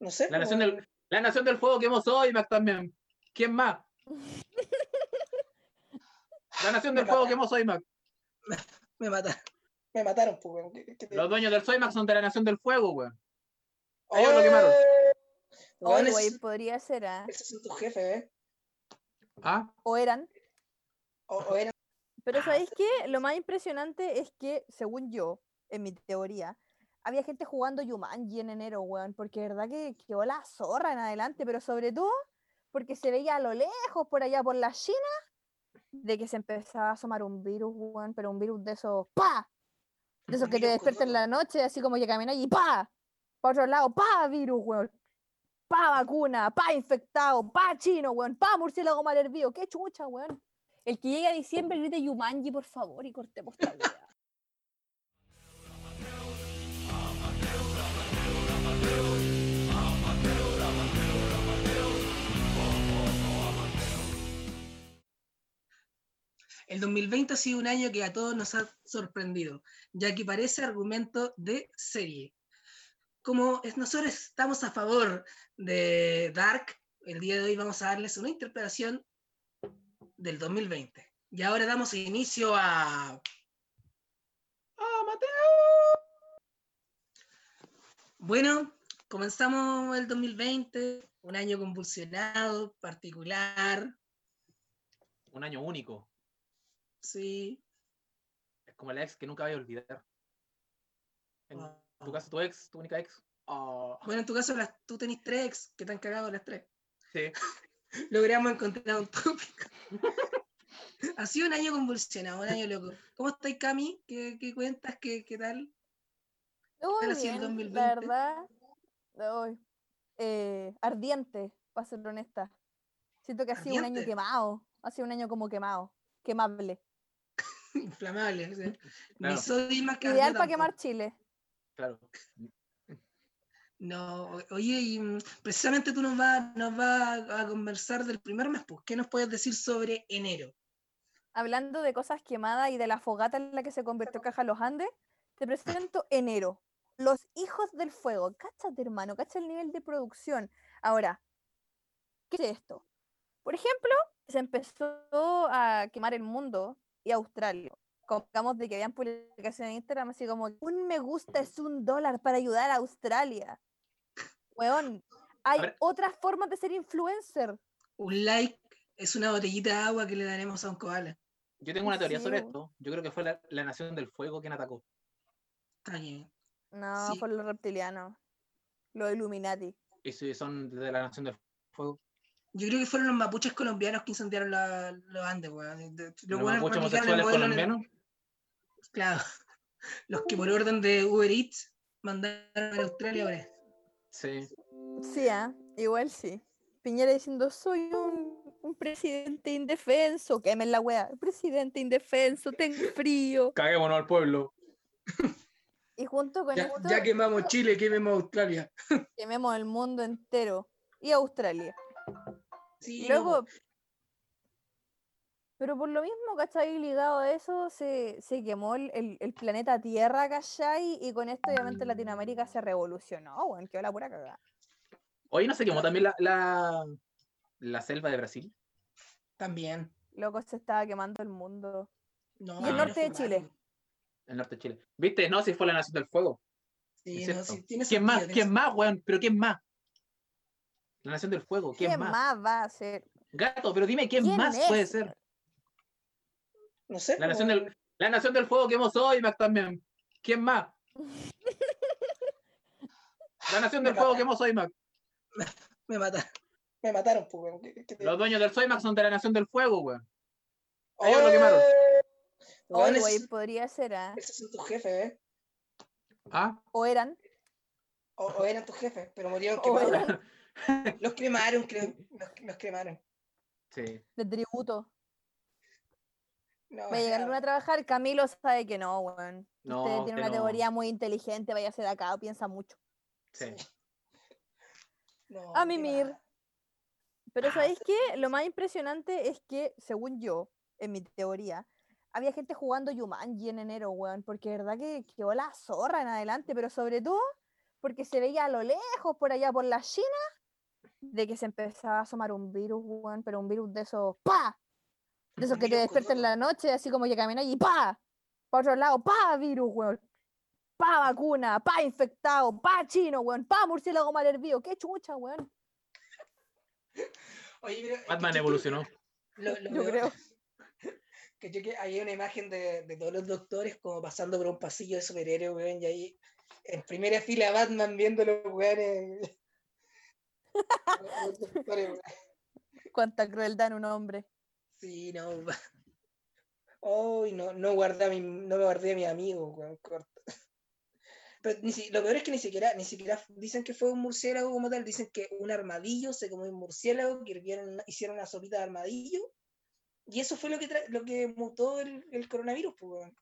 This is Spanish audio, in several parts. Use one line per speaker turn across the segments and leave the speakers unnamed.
No sé.
La nación, del, la nación del juego que hemos hoy, Mac también. ¿Quién más? La nación del
Me
juego
mata.
que hemos hoy, Mac.
Me mataron. Me mataron, pues, weón. ¿Qué- qué te-
Los dueños del Soymac son de la nación del fuego, weón.
¡Eh!
ellos lo quemaron.
Weón,
Oye, güey,
esos-
podría ser, ¿ah?
esos son tus jefes, ¿eh?
¿Ah?
O eran.
O, o eran-
Pero
Ah,
¿sabéis qué? Lo más impresionante es que, según yo, en mi teoría, había gente jugando Yumanji en enero, weón, porque de verdad que quedó la zorra en adelante, pero sobre todo porque se veía a lo lejos, por allá por la China, de que se empezaba a asomar un virus, weón, pero un virus de esos, ¡pa! De esos
Un
que te
virus con
despiertan en la noche, así como que caminas y ¡pa! Para otro lado, ¡pa! Virus, weón. ¡Pa! Vacuna, ¡pa! Infectado, ¡pa! Chino, weón, ¡pa! Murciélago mal hervido, ¡qué chucha, weón! El que llegue a diciembre grite Yumanji, por favor, y cortemos esta weá.
El 2020 ha sido un año que a todos nos ha sorprendido, ya que parece argumento de serie. Como es- nosotros estamos a favor de Dark, el día de hoy vamos a darles una interpretación del 2020. Y ahora damos inicio a... ¡Ah, Mateo! Bueno, comenzamos el 2020, un año convulsionado, particular,
Un año único.
sí.
Es como la ex que nunca voy a olvidar. En
Ah.
tu caso, tu ex, tu única ex. Ah,
Bueno, en tu caso, las, tú tenés tres ex que te han cagado las tres.
sí.
Logramos encontrar un tópico. ha sido un año convulsionado, un año loco. ¿Cómo estáis, Cami? ¿Qué, qué cuentas? ¿Qué, qué tal?
Todo
Pero sí, el
bien,
2020.
la verdad, ay, eh, ardiente, para ser honesta. Siento que ha sido un año
Ardiente.
quemado, ha sido un año como quemado, quemable.
Inflamable. O sea,
Claro.
Ni soy más que
Ideal
ardió tampoco.
para quemar Chile.
Claro.
No, o- oye, y mm, precisamente tú nos vas, nos vas a, a conversar del primer mes, pues. ¿Qué nos puedes decir sobre enero?
Hablando de cosas quemadas y de la fogata en la que se convirtió Caja Los Andes, te presento enero. Los hijos del fuego. Cáchate, hermano, cacha el nivel de producción. Ahora, ¿qué es esto? Por ejemplo, se empezó a quemar el mundo y Australia. Compramos de que habían publicaciones en Instagram así como un me gusta es un dólar para ayudar a Australia. Weón, hay
ver.
otras formas de ser influencer.
Un like es una botellita de agua que le daremos a un koala.
Yo tengo una teoría
Sí,
sobre
bo.
esto. Yo creo que fue la, la nación del fuego quien atacó.
Está bien.
No,
Sí.
por los reptilianos. Los Illuminati.
Y si son de la nación del fuego.
Yo creo que fueron los mapuches colombianos que incendiaron la- los Andes, weón. De- de-
Los
weones
mapuches
replicaron el
homosexuales
modelo en el-
colombianos.
Claro. Los que por orden de Uber Eats mandaron a Australia ahora.
Sí.
Sí, ah, igual sí. Piñera diciendo, soy un, un presidente indefenso. Quemen la wea. Presidente indefenso, tengo frío.
Caguémonos al pueblo.
Y junto con esto
quemamos Chile, quememos Australia.
quememos el mundo entero. Y Australia.
Sí, pues,
Y
loco.
luego. Pero por lo mismo, ¿cachai? Ligado a eso, se, se quemó el, el- el planeta Tierra, ¿cachai? Y con esto, obviamente, Latinoamérica se revolucionó, weón. Quedó la pura cagada.
Hoy no se quemó también la, la, la selva de Brasil.
también.
Loco, se estaba quemando el mundo.
No,
Y el
no,
norte de
fue
Chile.
malo.
El norte de Chile. ¿Viste? No, si fue la nación del fuego.
Sí,
Es
no,
cierto.
sí, tiene
¿Quién
sentido,
más?
tiene
¿Quién más, weón? ¿Pero quién más? La nación del fuego. ¿Quién,
¿Quién
más?
más va a ser?
Gato, pero dime quién,
¿Quién
más
es?
puede ser.
sentido. No sé.
La
pues,
nación del, la nación del fuego que hemos hoy, Mac también. ¿Quién más? La nación del
Me
fuego que hemos hoy, Mac.
Me mataron. Me mataron, pues, weón. ¿Qué- qué te-
Los dueños del Soymac son de la nación del fuego, weón.
¡Oh!
ellos lo quemaron.
Weón,
Oye,
esos-
güey, podría ser, ¿ah?
Esos son tus jefes, ¿eh?
¿Ah?
O eran.
O, o eran tus jefes, pero murieron
O
quemados.
eran.
Los cremaron, creo. Los, los cremaron.
Sí.
De tributo.
No,
Va a llegar uno a trabajar. Camilo sabe que no, weón.
No,
Usted
que
tiene una
no.
teoría muy inteligente, vaya a ser acá, piensa mucho.
Sí.
no,
A
qué
mimir.
mal.
Pero ¿sabéis qué? Lo más impresionante es que, según yo, en mi teoría, había gente jugando Yumanji en enero, weón, porque de verdad que quedó la zorra en adelante, pero sobre todo porque se veía a lo lejos, por allá por la China, de que se empezaba a asomar un virus, weón, pero un virus de esos, ¡pa! De esos que te
Virus
despiertan en
corona.
la noche, así como que caminas y ¡pa! Para otro lado, ¡pa! Virus, weón. ¡pa! Vacuna, ¡pa! Infectado, ¡pa! Chino, weón, ¡pa! Murciélago mal hervido, ¡qué chucha, weón!
Oye, pero es que
Batman
yo-
evolucionó.
lo- lo
Yo
peor
creo.
Que yo que hay una imagen de, de todos los doctores como pasando por un pasillo de superhéroes, weón, y ahí en primera fila Batman viendo los weones. a los doctores, weón.
Cuánta crueldad en un hombre.
Sí, no. Uy, no, no, guardé a mi, no me guardé a mi amigo, weón, corto. Pero ni si- lo peor es que ni siquiera, ni siquiera dicen que fue un murciélago como tal, dicen que un armadillo se comió un murciélago, que hirvieron una- hicieron una sopita de armadillo, y eso fue lo que, tra- lo que mutó el, el coronavirus, pues, weón.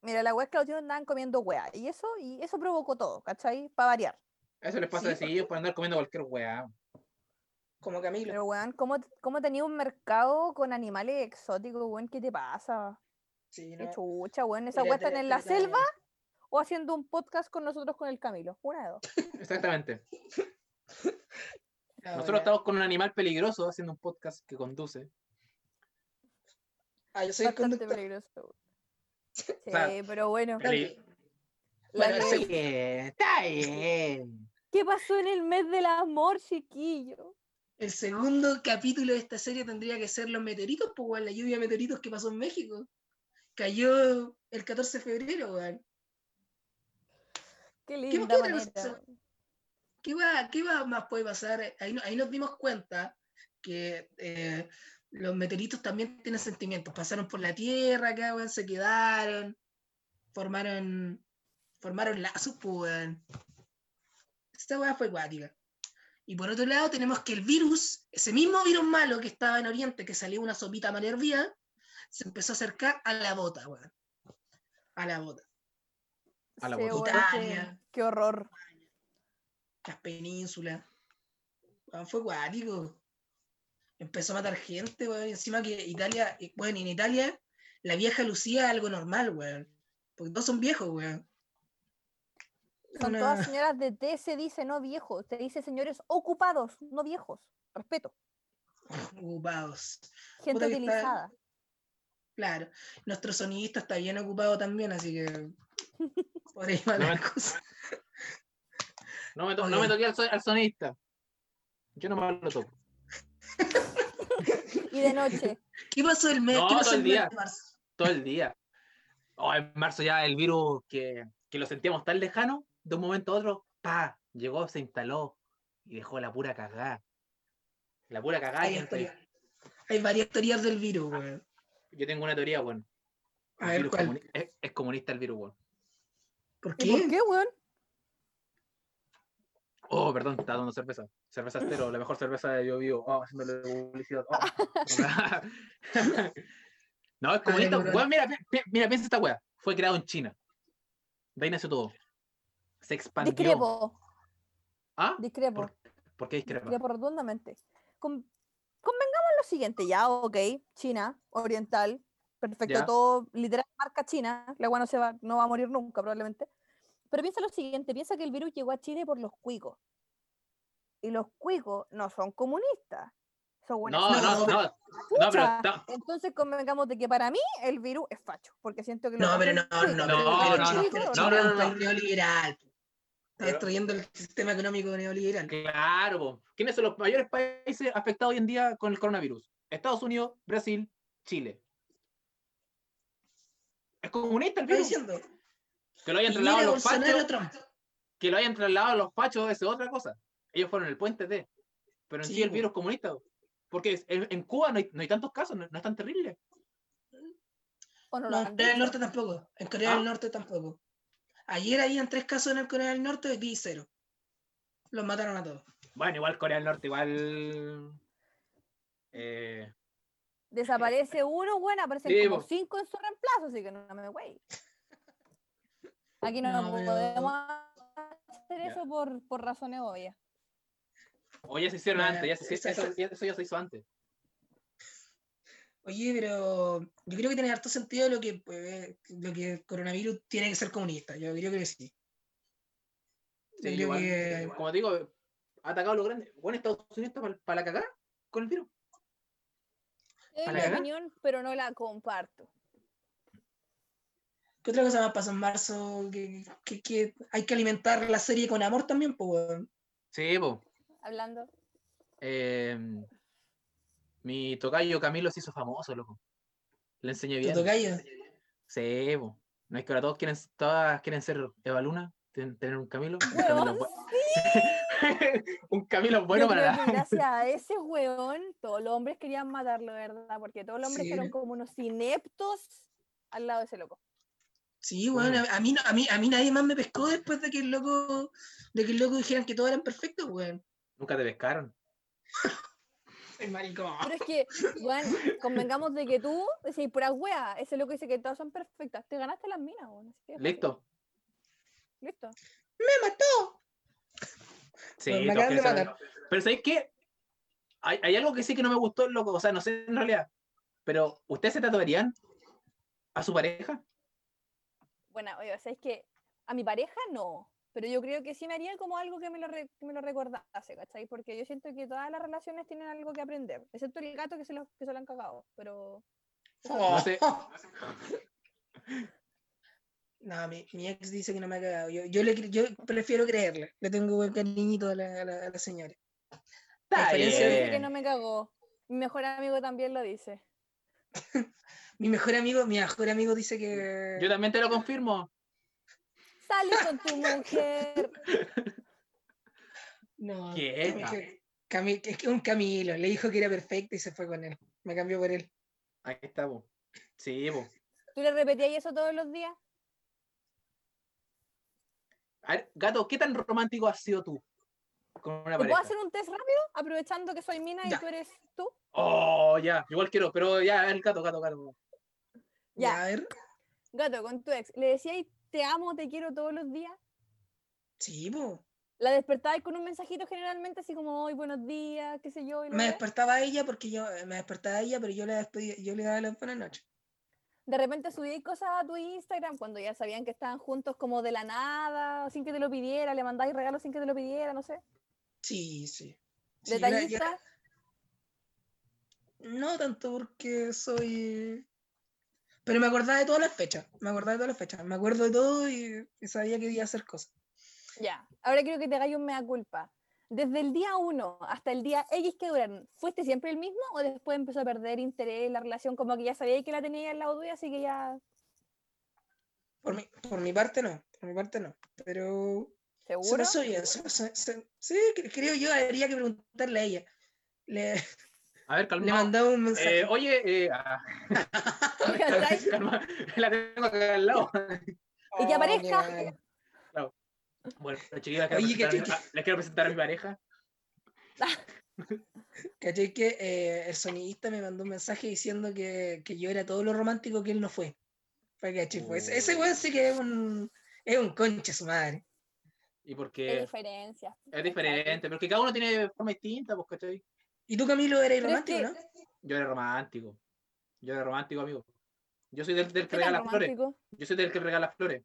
Mira, la weá es que los chinos andaban comiendo weá, y eso, y eso provocó todo, ¿cachai? Para variar.
Eso les pasa
pues.
Sí,
de seguido por andar comiendo cualquier weá.
como Camilo.
Pero, weón, ¿cómo, t- cómo tenía un mercado con animales exóticos, weón? ¿Qué te pasa?
Sí,
Qué
no.
chucha, weón. Esa
Mira,
weá están
tele-
en la
teletrabajo.
selva o haciendo un podcast con nosotros con el Camilo. Una de dos.
Exactamente.
Ah,
Nosotros
bueno.
estamos con un animal peligroso haciendo un podcast que conduce.
Ah, yo soy el
Bastante
conductor.
peligroso. weón. Sí,
sea,
pero bueno.
peli-
Dale.
la
bueno,
que-
eso-
Está bien, está bien.
¿Qué pasó en el mes del amor, chiquillo?
El segundo capítulo de esta serie tendría que ser los meteoritos, pues, weón, la lluvia de meteoritos que pasó en México. Cayó el 14 de febrero, weón.
Qué
qué
linda
otra cosa?
manera. weón.
¿Qué, va, qué va más puede pasar? Ahí, no- ahí nos dimos cuenta que eh, los meteoritos también tienen sentimientos. Pasaron por la Tierra acá, weón, se quedaron, formaron, formaron lazos, pues, weón. Esta weá fue cuática. Y por otro lado tenemos que el virus, ese mismo virus malo que estaba en Oriente, que salió una sopita mal hervida, se empezó a acercar a la bota, weón. A la bota.
A la
Sí,
botita.
weón, qué-
Italia.
Qué horror.
las penínsulas. Weón, fue guático. Empezó a matar gente, weón. y Encima que Italia, y, bueno, en Italia la vieja lucía algo normal, weón. Porque todos son viejos, weón.
Son
Una-
todas señoras de té, se dice no viejos. Se dice señores ocupados, no viejos. Respeto.
ocupados.
Gente
que está-
utilizada.
Claro. Nuestro sonidista está bien ocupado también, así que. Por ahí va
No
la
me-
cosa.
No me, to- no me toqué al, so- al sonista. Yo no me lo toco.
Y de noche.
¿Qué pasó el mes?
No,
¿Qué pasó
todo el
el mes
día.
de marzo?
Todo el día. Oh, en marzo ya el virus que, que lo sentíamos tan lejano, de un momento a otro, pa, llegó, se instaló y dejó la pura cagada. La pura cagada.
Hay,
gente.
historia- hay varias teorías del virus, weón.
Yo tengo una teoría, weón.
A
El
ver,
virus
¿cuál?
comuni- Es, es comunista el virus, weón.
¿Por
¿Y por
qué?
qué, weón?
Oh, perdón, está dando cerveza. Cerveza cero, la mejor cerveza de yo vivo. Oh, haciéndole publicidad. Oh. no, es comunista.
Dale, Bruno.
Weón, mira, pi- pi- mira, piensa esta weá. Fue creado en China. De ahí nació todo. Se expandió.
Discrepo,
¿Ah?
discrepo,
¿Por, por qué discrepa?
discrepo rotundamente. Con- convengamos lo siguiente, ya, ok, China, oriental, perfecto,
Ya.
todo literal marca China, la agua no, se va, no va a morir nunca probablemente. Pero piensa lo siguiente, piensa que el virus llegó a Chile por los cuicos. Y los cuicos no son comunistas. Son buenas
No, no, no.
pero-
No, pero está-
Entonces convengamos de que para mí el virus es facho, porque siento que lo
No, pero no,
pasó
no,
el
no,
no,
pero-
no,
pero
no,
Chile-
no,
pero
cuico,
no,
Chile es
no,
un
no.
país neoliberal. po. Está
Pero-
destruyendo el sistema económico neoliberal.
Claro. po. ¿Quiénes son los mayores países afectados hoy en día con el coronavirus? Estados Unidos, Brasil, Chile. Es comunista el
Estoy
virus.
diciendo.
Que lo hayan
Piñera,
trasladado a los
Bolsonaro,
fachos.
Trump.
que lo hayan trasladado a los pachos es otra cosa. Ellos fueron el puente de. Pero en sí,
Sí,
el
po.
virus comunista. po. Porque es- en, en Cuba no hay, no hay tantos casos, no, no es tan terrible.
o no
No,
lo
en
han
Corea del
dicho.
Norte tampoco. En Corea
Ah.
del Norte tampoco. Ayer habían tres casos en el Corea del Norte, hoy día hay cero. Los mataron a todos.
Bueno, igual Corea del Norte, igual. eh,
Desaparece uno, bueno, aparecen
Sí,
como
po.
cinco en su reemplazo, así que no me wey. Aquí no,
No,
nos
pero-
podemos hacer
Ya.
eso por, por razones obvias.
o ya se hicieron
Bueno,
antes, ya se-
esa-
eso,
esa-
ya- eso ya se hizo antes.
Oye, pero yo creo que tiene harto sentido lo que, pues, lo que el coronavirus tiene que ser comunista. Yo creo que sí.
Sí,
Yo creo
igual,
que-
eh, Como te digo, ha atacado a los grandes. Bueno, Estados Unidos está para la cagada con el virus.
Es
¿Para
mi
cagar?
opinión, pero no la comparto.
¿Qué otra cosa más pasó en marzo? Que, que- que hay que alimentar la serie con amor también, pues, weón.
Sí, po.
Hablando.
Eh, mi tocayo Camilo se hizo famoso, loco. Le enseñé
¿Tu
bien.
tocayo?
Sí, po. No es que ahora todos quieren, todas quieren ser Eva Luna, ten- tener un Camilo. Un Camilo,
Weón,
bu- un Camilo bueno
yo
para
creo
la-
que gracias a ese weón, todos los hombres querían matarlo, ¿verdad? Porque todos los hombres
Sí.
fueron como unos ineptos al lado de ese loco.
Sí,
Mm.
weón, a, a mí, no- a, mí, a mí nadie más me pescó después de que el loco, de que el loco dijeran que todos eran perfectos, weón.
Nunca te pescaron.
El maricón.
Pero es que, weón, convengamos de que tú decís pura wea, ese loco dice que todas son perfectas. Te ganaste las minas, weón. así que fácil.
Listo.
Listo.
¡Me mató!
Sí,
Me
todos
acaban
quieren
de
ser- Pero ¿sabéis qué? Hay, hay algo que sí que no me gustó, loco. O sea, no sé en realidad. Pero, ¿ustedes se tatuarían a su pareja?
Bueno, oye, o sea, es que a mi pareja no, pero yo creo que sí me haría como algo que me lo, re- que me lo recordase, ¿cachai? Porque yo siento que todas las relaciones tienen algo que aprender, excepto el gato que se lo, que se lo han cagado, pero
No sé.
No, mi, mi ex dice que no me ha cagado. Yo, yo, le, cre- yo prefiero creerle. Le tengo buen cariñito a la, a la, a la señora.
Está
A
yo
diferencia
bien.
dice que no me cagó. Mi mejor amigo también lo dice.
Mi mejor amigo, mi mejor amigo dice que.
Yo también te lo confirmo.
Sale con tu mujer.
No,
¿Qué?
Cami-
Ah.
que- Cami- que es que un Camilo le dijo que era perfecto y se fue con él. Me cambió por él.
Ahí está, po. Sí, po.
¿Tú le repetías eso todos los días?
A ver, gato, ¿qué tan romántico has sido tú con una
¿Te puedo
pareja?
hacer un test rápido? Aprovechando que soy mina y
Ya.
tú eres tú.
Oh, ya, igual quiero, pero ya, a ver, gato, gato, gato.
Ya.
a ver.
Gato, con tu ex. ¿Le decías te amo, te quiero todos los días?
Sí, po.
La despertabas con un mensajito generalmente así como hoy, buenos días, qué sé yo. y la
Me
weá?
despertaba a ella porque yo eh, me despertaba a ella, pero yo le despedía, yo le daba las buenas noches.
De repente subí cosas a tu Instagram cuando ya sabían que estaban juntos como de la nada, sin que te lo pidiera, le mandáis regalos sin que te lo pidiera, no sé.
Sí, sí. Sí, yo era- yo
Detallista.
era- no tanto porque soy. Pero me acordaba de todas las fechas. Me acordaba de todas las fechas. Me acuerdo de todo y, y sabía que iba a hacer cosas.
Ya, ahora quiero que te hagáis un mea culpa. Desde el día 1 hasta el día X que duraron, ¿fuiste siempre el mismo o después empezó a perder interés la relación? Como que ya sabíais que la tenía al lado tuyo, así que ya
Por mi, por mi parte no. Por mi parte no. Pero Se
seguro.
pasó bien, se pasó- se- sí, cre- creo yo, habría que preguntarle a ella. Le, le
A ver, calma.
mandaba un mensaje.
oye, eh, ah,
¿Cachai?
calma, la tengo acá al lado.
y que
Oh,
aparezca.
weón.
Bueno, chiquillos, les quiero,
Oye, que-
presentar, a mi-
que-
ah, les quiero presentar a mi pareja.
¿Cachai que eh, el sonidista me mandó un mensaje diciendo que, que yo era todo lo romántico que él no fue? Fue cachai, pues, ese- Ese
Oh.
weón sí que es un, es un conche su madre.
Y
Qué
porque
diferencia.
es diferente, pero que cada uno tiene forma distinta, pues, ¿cachai?
Y tú, Camilo, eres
Pero es
romántico,
que-
¿no?
Yo era romántico. Yo era romántico, amigo. Yo soy del, del que
¿Qué tan
regala flores.
romántico?
Yo soy del que regala flores.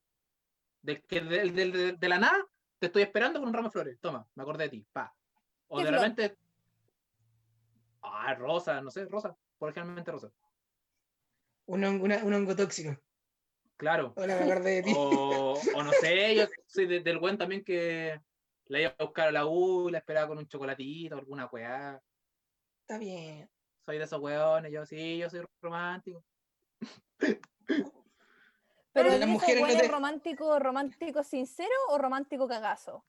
Del que del- del- del- de la nada te estoy esperando con un ramo de flores. Toma, me acordé de ti. Pa. O
¿Qué
de
flor?
repente. Ah, rosa, no sé, rosa. Por generalmente rosa.
Un, hon- una- un hongo tóxico.
Claro.
Hola, me acordé de ti.
O, o no sé, yo soy de- del buen también que la iba a buscar a la U y la esperaba con un chocolatito, alguna weá.
Está bien.
Soy de esos weones, yo sí, yo soy romántico.
Pero
Las
¿y eso,
mujeres no
weón, es
te-
romántico, romántico sincero o romántico cagazo.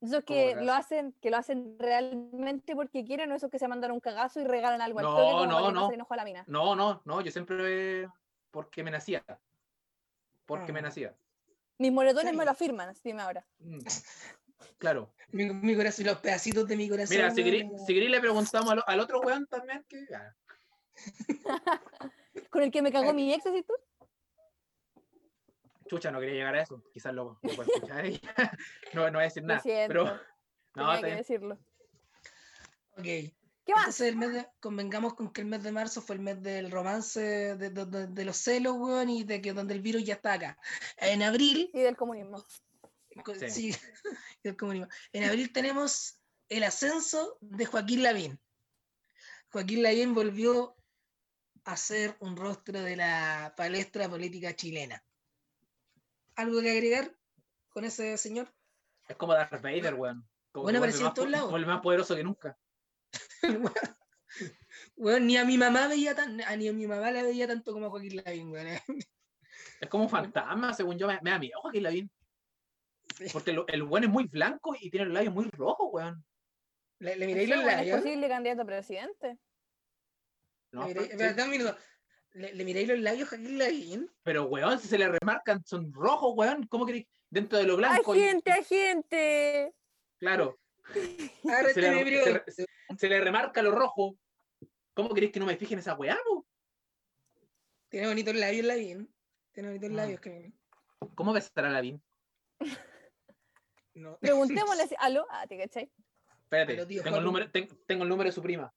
Esos que lo
cagazo?
hacen, que lo hacen realmente porque quieren, o esos que se mandan un cagazo y regalan algo al
No,
toque como para
no,
que no
no.
se le enoje a la mina.
No, no, no, yo siempre eh, porque me nacía. Porque me
Ah.
nacía.
Mis moretones me
bien.
lo afirman, dime ahora.
Mm. Claro.
Mi, mi corazón, los pedacitos de mi corazón.
Mira, si
weón,
querí,
me-
si querí le preguntamos al, al otro weón también que. ah,
Con el que me
Eh,
cagó
Ay.
mi ex, ¿y tú?
chucha, no quería llegar a eso. Quizás lo, lo pueda escuchar ella. No, no voy a decir
Lo
nada. Pero.
siento,
No,
Tenía
está
que
bien.
decirlo.
Ok.
¿Qué más?
Entonces, el mes de- convengamos con que el mes de marzo fue el mes del romance, de, de- de- de los celos, weón, y de que donde el virus ya está acá. En abril,
Y del comunismo.
con- sí,
Sí.
el comunismo. En abril tenemos el ascenso de Joaquín Lavín. Joaquín Lavín volvió a ser un rostro de la palestra política chilena. ¿Algo que agregar con ese señor?
Es como Darth Vader, weón. Como
Bueno,
que vuelve
apareció en
más
todos
po-
lados.
Vuelve más poderoso que nunca.
Weón, ni a mi mamá veía tan, a- ni a mi mamá la veía tanto como a Joaquín Lavín, weón, eh.
Es como un fantasma, según yo. Me, me da miedo Joaquín Lavín.
Sí.
Porque lo- el weón es muy blanco y tiene los labios muy rojos, weón.
Le, le
Ese
miráis los
weón es
labios.
posible candidato a presidente.
le
No,
miráis-
sí,
espera, dame un minuto. Le, le miráis los labios a Joaquín Lavín.
pero, weón, si se le remarcan, son rojos, weón. ¿Cómo crees? Dentro de lo blanco. y-
¡Agente, agente!
Claro,
Ahora
Se
este
le- se
brillo.
le- se le remarca lo rojo. ¿Cómo crees que no me fije en esa weá, po?
Tiene bonitos labios Lavín. Tiene bonitos
Mm.
labios, creo.
¿Cómo besará Lavín?
No.
Preguntémosle si... ¿Aló? Ah, ¿te cachai?
Espérate,
Pero, tío,
tengo el,
Joaquín.
número, ten- tengo el número de su prima.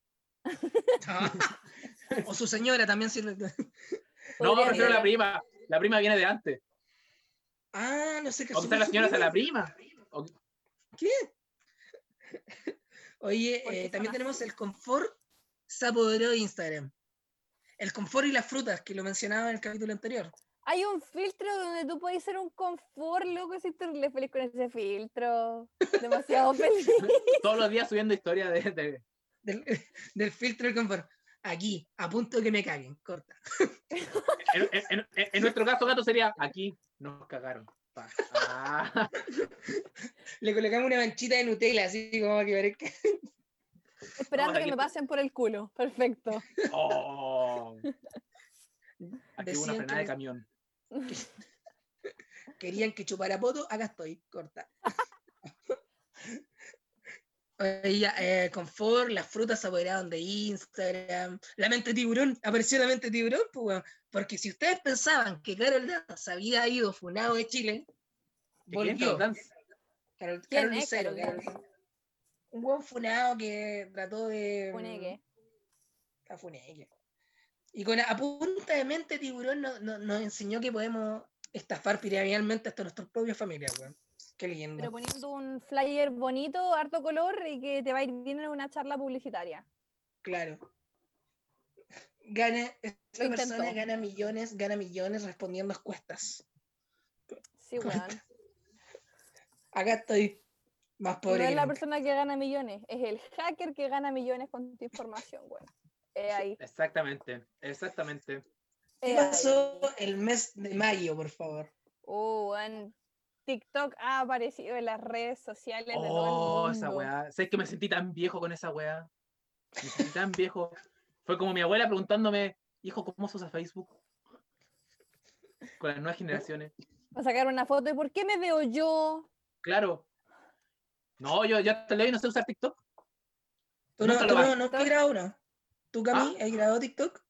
o su señora también sirve.
No,
Podría
prefiero
eh,
la
ser.
prima. La prima viene de antes.
Ah, no sé qué
O quizás la
su
señora sea la
prima.
prima. O-
Oye,
¿Por qué
eh,
son
también tenemos
así?
el confort se apoderó de Instagram. El confort y las frutas, que lo mencionaba en el capítulo anterior.
Hay un filtro donde tú puedes ser un confort, loco, si tú eres feliz con ese filtro. Demasiado feliz.
todos los días subiendo historias de, de-
Del, del filtro del confort. Aquí, a punto de que me caguen, corta.
en, en- en- en nuestro caso, gato sería aquí nos cagaron. Pa. Ah,
Le colocamos una manchita de Nutella, así como para que parezca.
Esperando
Ahora
que
que
me
te-
pasen por el culo. Perfecto.
oh. Aquí hubo una
Decían que
frenada de
les-
camión.
Querían que chupara poto, acá estoy, corta. Oye, ya, eh, confort, las frutas se apoderaron de Instagram. La mente tiburón, apareció la mente tiburón, pues, weón. porque si ustedes pensaban que Carol Dance había ido funado de Chile,
¿Qué quieren, Carol
volvió.
Dance?
Carol,
¿Quién
Carol
es
Lucero,
Carol
Carol
Dance?
Lucero. Un buen funado que trató de.
Funegue.
Mm,
La funegue. Y con a punta de mente tiburón no- no- nos enseñó que podemos estafar piramidalmente hasta nuestras propias familias, weón. Qué lindo.
Pero poniendo un flyer bonito, harto color y que te va a ir bien en una charla publicitaria.
Claro. Gana, esa
Lo
persona
intentó.
gana millones, gana millones respondiendo encuestas.
Sí, weón.
Acá estoy más pobre.
no es
que
la
nunca.
persona que gana millones, es el hacker que gana millones con tu información, weón. Eh, ahí.
Exactamente, exactamente.
¿Qué
eh,
pasó
ahí.
el mes de mayo, por favor?
Oh, weón. TikTok ha aparecido en las redes sociales de todo
Oh,
el mundo.
esa weá. Sé que me sentí tan viejo con esa weá. Me sentí tan viejo. Fue como mi abuela preguntándome, hijo, ¿cómo se usa Facebook? Con las nuevas generaciones.
Va a sacar una foto y ¿por qué me veo yo?
Claro. No, yo ya hasta el día de hoy no sé usar TikTok.
¿Tú no,
Nunca lo
tú no,
bajé.
no has grabado uno? ¿Tú, Cami, has grabado TikTok?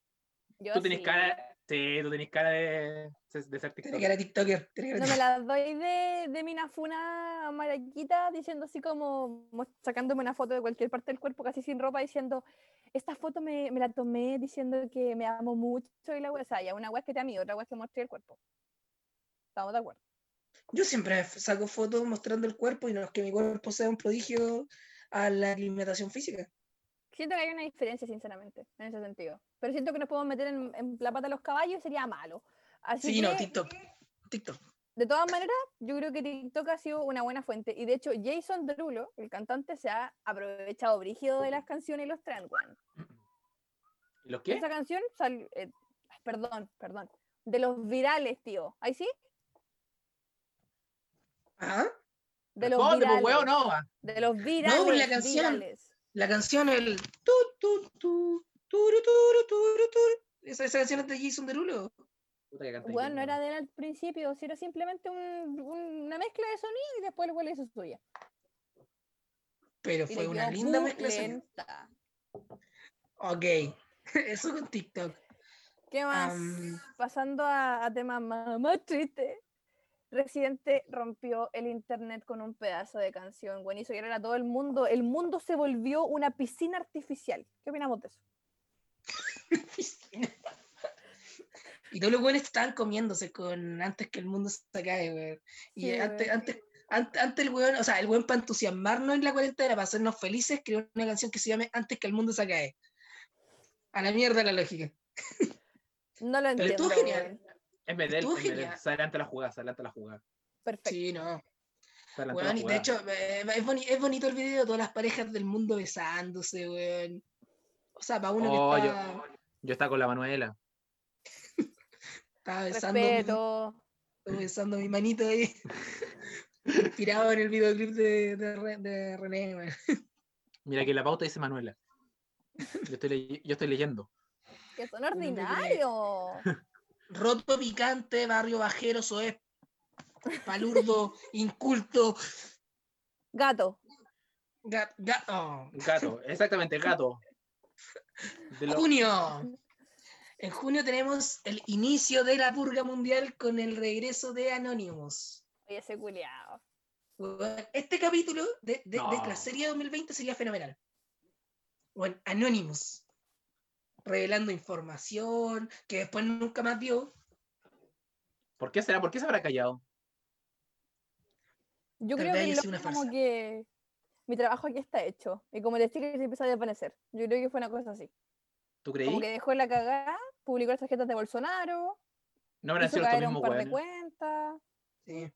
Yo
tú tenés
sí.
cara. Sí, tú tenés cara de, de ser
Tiene
TikTok.
cara de TikToker. tiene cara
No
de
me la doy de, de minafuna maraquita diciendo así como mo- sacándome una foto de cualquier parte del cuerpo casi sin ropa diciendo esta foto me, me la tomé diciendo que me amo mucho y la wea, o sea, ya una wea es que te amé, otra wea es que mostré el cuerpo. Estamos de acuerdo.
Yo siempre f- saco fotos mostrando el cuerpo y no es que mi cuerpo sea un prodigio a la alimentación física.
Siento que hay una diferencia, sinceramente, en ese sentido. Pero siento que nos podemos meter en, en la pata de los caballos y sería malo. Así
Sí,
que,
no, TikTok. TikTok.
de todas maneras, yo creo que TikTok ha sido una buena fuente. Y de hecho, Jason Derulo, el cantante, se ha aprovechado brígido de las canciones y los trends, weón.
¿Y ¿Los qué?
Esa canción sal- eh, ay, perdón, perdón. De los virales, tío. ¿Ahí sí?
Ajá.
De los
Responde, pues,
virales.
weón, no. va.
De los virales.
pues, canción.
virales.
La canción, el tu, tu, tu, turu, turu, turu, turu. Esa, esa canción es de Jason Derulo.
Puta que cantáis
Weón,
bien, weón.
no era de él al principio, si era simplemente un- un- una mezcla de sonido y después el weón le hizo suya.
Pero
Y le
fue una
quedó
linda mezcla. de sonido.
pulenta.
Ok. Eso con TikTok.
¿Qué más?
Am.
Pasando a, a temas más, más tristes. Residente rompió el internet con un pedazo de canción. Bueno, hizo llorar a todo el mundo. El mundo se volvió una piscina artificial. ¿Qué opinamos de eso?
y todos los buenos estaban comiéndose con antes que el mundo se acabe, weón. Y
Sí,
antes,
weón.
antes, Ante, ante el weón, o sea, el weón para entusiasmarnos en la cuarentena, para hacernos felices, creó una canción que se llame Antes que el mundo se acabe. A la mierda la lógica.
No
Pero
lo entiendo.
estuvo genial.
weón.
Es Medel,
Estuvo
es Medel.
genial.
Se adelanta la jugada, se adelanta la jugada.
Perfecto.
Sí, no.
se adelanta
Weón,
la
y de
jugada.
hecho, eh, es, boni- es bonito el video, todas las parejas del mundo besándose, weón. O sea, para uno
Oh,
que
yo-
está,
Yo estaba con la Manuela.
está besando,
Respeto.
besando mi manito ahí. Inspirado en el videoclip de, de, Re- de René, weón.
Mira que en la pauta dice Manuela. Yo estoy, ley- yo estoy leyendo.
Que son
hombre que le-
ordinarios.
Roto picante, barrio bajero, soez, palurdo, inculto,
Gato.
ga- ga- oh.
Gato, exactamente, gato. De lo-
junio. En junio tenemos el inicio de la purga mundial con el regreso de Anonymous.
Oye, ese culiao.
Weón, Este capítulo de, de- de
No.
la serie 2020 sería fenomenal. Bueno, Anonymous. Revelando información que después nunca más dio.
¿Por qué será? ¿Por qué se habrá callado?
Yo
Tal vez
creo que
haya
el
sido una
loco como
farsa.
que mi trabajo aquí está hecho. Y como el sticker se empieza a desvanecer. Yo creo que fue una cosa así.
¿Tú creí?
Como que dejó la cagada, publicó las tarjetas de Bolsonaro,
No habrán
hizo
sido estos
caer a un
mismos
par
weones.
de cuentas.
Sí.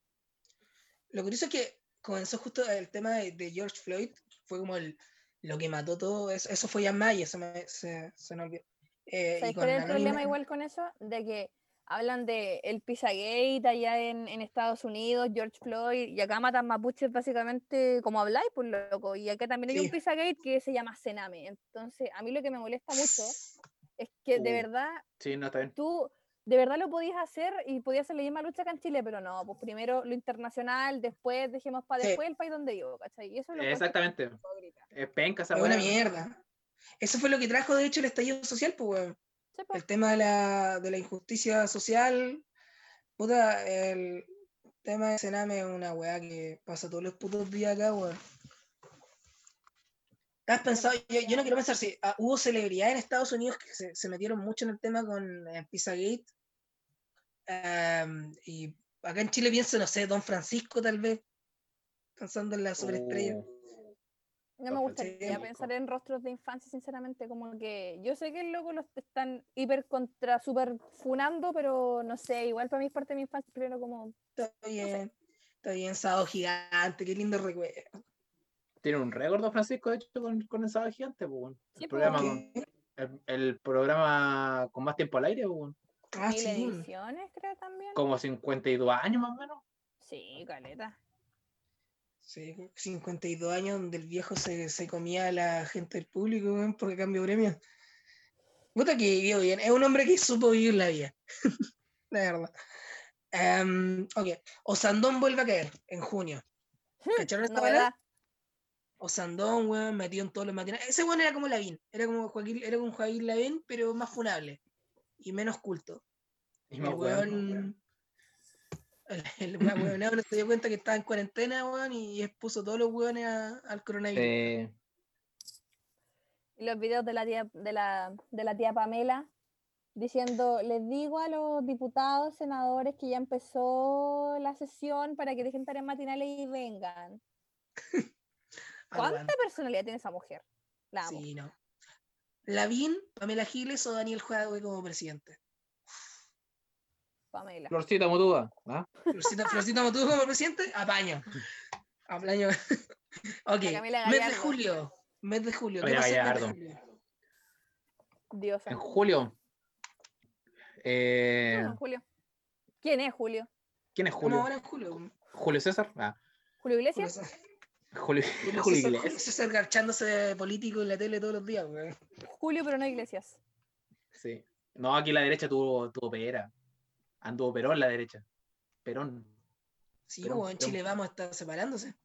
Lo curioso es que comenzó justo el tema de, de George Floyd, fue como el, lo que mató todo. Eso, eso fue ya en mayo, se me, se, se me olvidó. Eh, y con
¿Sabes cuál es el
Anonymous-
problema igual con eso? De que hablan de el Pizzagate allá en, en Estados Unidos, George Floyd, y acá matan mapuches básicamente como habláis, pues loco. Y acá también hay
Sí.
un Pizzagate que se llama Sename. Entonces, a mí lo que me molesta mucho ¿eh? es que de
Uh.
verdad
Sí, no, está bien.
tú de verdad lo podías hacer y podías hacer la misma lucha acá en Chile, pero no, pues primero lo internacional, después dejemos para
Sí.
después el país donde vivo, ¿cachai? Y eso lo encuentro
Eh, Exactamente.
hipócrita.
Es penca esa
Es una
weá.
mierda. Eso fue lo que trajo, de hecho, el estallido social, pues, weón.
Sí, pues,
El tema de la, de la injusticia social. Puta, el tema de Sename es una weá que pasa todos los putos días acá, weón. ¿Has pensado? Yo, yo no quiero pensar si ah, hubo celebridades en Estados Unidos que se, se metieron mucho en el tema con eh, Pizzagate. Am, y acá en Chile pienso, no sé, Don Francisco tal vez, pensando
Oh.
en la superestrella.
Uh,
pues,
No me
Los
gustaría
franceses,
pensar en rostros de infancia, sinceramente, como que yo sé que el loco los están hiper contra, super funando, pero no sé, igual para mí es parte de mi infancia, primero como,
Está bien, está bien, sábado gigante, qué lindo recuerdo.
Tiene un récord, don Francisco, de hecho, con, con el sábado gigante, pues, weón.
Sí,
El
pues,
programa,
weón.
con- el, el programa con más tiempo al aire, pues, weón.
Ah,
mil
sí.
ediciones creo también.
Como 52 años más o menos.
Sí, caleta.
Sí, 52 años donde el viejo se, se comía a la gente del público, weón, porque cambió premio. Puta que vivió bien. Es un hombre que supo vivir la vida. la verdad. Em, ok. Osandón vuelve a caer en junio. ¿Cacharon esta
Novedad.
palabra? Osandón, weón, metido en todos los matinales. Ese weón era como Lavín. Era como Joaquín, era como Joaquín Lavín, pero más funable. Y menos culto.
Y
El
más weón, más weón.
weón. El, el más weonado no se dio cuenta que estaba en cuarentena, weón, y expuso todos los weones a- al coronavirus.
Sí.
Y los videos de la tía, de la, de la tía Pamela diciendo, les digo a los diputados, senadores que ya empezó la sesión para que dejen tareas matinales y vengan. ¿Cuánta
Aguante.
personalidad tiene esa mujer? La amo.
Sí, no. Lavín, Pamela Giles o Daniel Jadwe como presidente.
Pamela.
Florcita Motuda. ¿ah?
Florcita, Florcita Motú como presidente, apaño. Apaño. ok,
La Camila
mes de
Gallardo.
julio. Mes de julio. ¿Qué
Camila
pasó en mes de
Gallardo.
julio?
Diosa.
En julio.
¿Quién
Eh,
es Julio? ¿Quién es Julio?
¿Quién es
¿Cómo
Julio?
ahora en julio?
¿Julio César? Ah,
¿Julio
Julio
Iglesias?
César-
Julio,
Julio César-
Julio
Julio
Iglesias.
César garchándose de político en la tele todos los días, weón.
Julio, pero no Iglesias.
Sí. No, aquí la derecha tuvo, tuvo pera. Anduvo Perón la derecha. Perón.
Sí,
Pero-
weón, en
pero-
Chile vamos a estar separándose.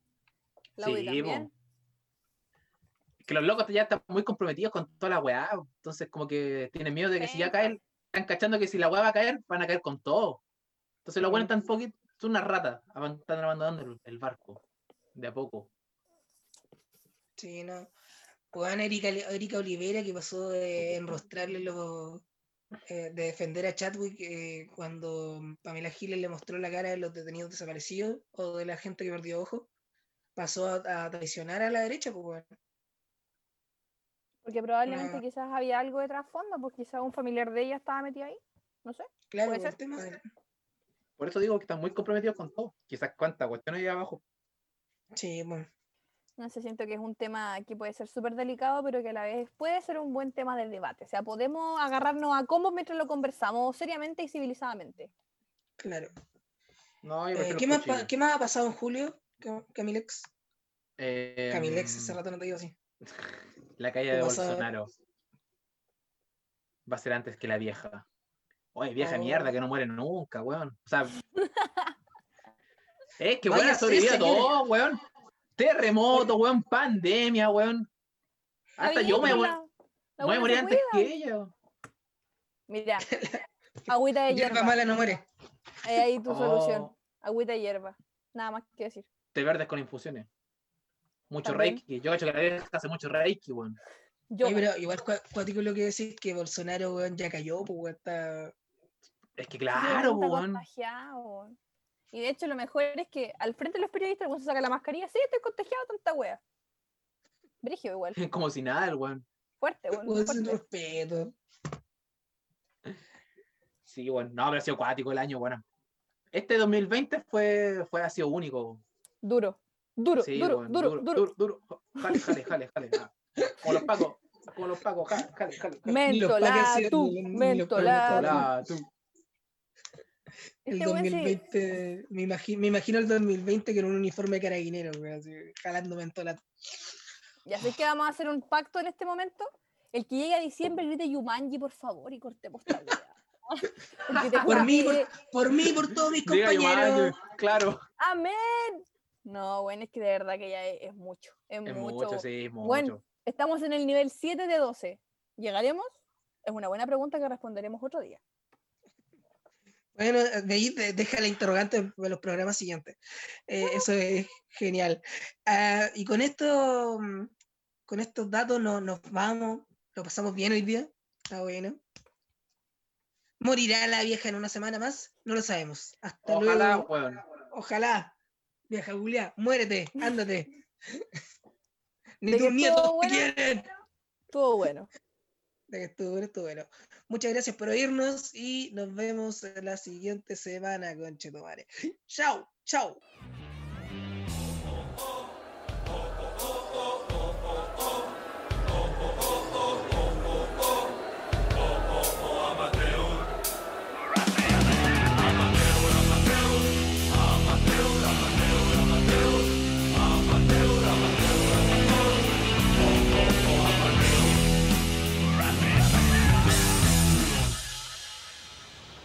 La UDI
Sí, po.
también.
Que los locos ya están muy comprometidos con toda la weá. Entonces, como que tienen miedo de que si ya
Penca.
caen, están cachando que si la weá va a caer, van a caer con todo. Entonces, los
Mm.
weones están poquito, son unas ratas. aban- Están abandonando el- el barco. De a poco.
Sí, no. Juan Erika, Erika Olivera que pasó de enrostrarle los, eh, de defender a Chadwick eh, cuando Pamela Giles le mostró la cara de los detenidos desaparecidos o de la gente que perdió ojo, pasó a, a traicionar a la derecha, pues bueno.
Porque probablemente
Ah.
quizás había algo de trasfondo, pues quizás un familiar de ella estaba metido ahí. No sé.
Claro, pues,
Puede
el
ser,
tema
puede
de-
Por eso digo que están muy comprometidos con todo. Quizás cuántas cuestiones hay abajo.
Sí, bueno.
No sé, siento que es un tema que puede ser súper delicado, pero que a la vez puede ser un buen tema de debate. O sea, podemos agarrarnos a combos mientras lo conversamos seriamente y civilizadamente.
Claro.
No,
Eh,
yo prefiero
¿qué, más
cuchillo.
pa- qué más ha pasado en julio, Cam- Camilex?
Eh,
Camilex, hace rato no te digo así.
La caída
¿Qué
de
pasa?
Bolsonaro. Va a ser antes que la vieja. Oye, vieja de
Oh.
mierda que no muere nunca, weón. O sea. es que
Vaya,
weón ha
sí,
sobrevivido a
señores.
todo, weón. Terremoto, weón, pandemia, weón. Hasta
Está
yo me
bien,
voy,
la- la
me voy a
buena
morir
se
antes
cuida.
que ella.
Mira, agüita de
Hierba
hierba.
mala no muere.
Ahí, ahí tu solución.
Oh,
Agüita de hierba. Nada más que decir.
Te verdes con infusiones. Mucho
También.
reiki. Yo cacho que la vieja hace mucho reiki, weón.
Yo.
Oye, pero igual cua- cuático lo que decís que Bolsonaro weón, ya cayó, pues weón, está.
Es que claro,
está
weón.
contagiado, weón. Y de hecho, lo mejor es que al frente de los periodistas, el weón se saca la mascarilla. Sí, estoy contagiado, tanta wea. Brigio igual.
Como si nada, el weón.
Fuerte, weón.
weón, sin
fuerte.
respeto.
Sí, bueno, no, pero ha sido cuático el año, bueno. Este 2020 fue, fue ha sido único.
Duro. Duro,
Sí,
duro,
weón,
duro, duro.
duro, duro. Jale, jale, jale, jale. ah. Como los pacos, como los pacos, jale, jale, jale. jale.
Mentolá,
haciendo
tú,
un- los
mentolá.
Mentolá.
Hola, tú.
El
Este weón se-
2020, me, imagino, me imagino el 2020 con un uniforme de carabinero, weón, así, jalando mentola.
Ya sé que vamos a hacer un pacto en este momento. El que llegue a diciembre grite Yumanji, por favor, y cortemos esta wea. Porque te
Por
juro
mí,
que-
Por mí, por todos mis
Diga, Giovanni,
compañeros.
claro.
¡Amén! No, bueno, es que de verdad que ya es, es mucho. Es,
Es
mucho.
mucho,
weón.
sí, es mucho.
Bueno. Estamos en el nivel 7 de 12. ¿Llegaremos? Es una buena pregunta que responderemos otro día.
Bueno, de ahí de- deja la interrogante para los programas siguientes. Eh,
Ah.
eso es genial. Ah, y con esto, mm, con estos datos no- nos vamos, lo pasamos bien hoy día. Está bueno. ¿Morirá la vieja en una semana más? No lo sabemos. Hasta
Ojalá,
luego.
weón.
Ojalá. Vieja Julia, muérete, ándate. Ni
De que
tus nietos
estuvo
te
bueno.
quieren.
Todo bueno.
De que estuvo bueno, estuvo bueno. Muchas gracias por oírnos y nos vemos la siguiente semana, conchetumare. Chao, chao.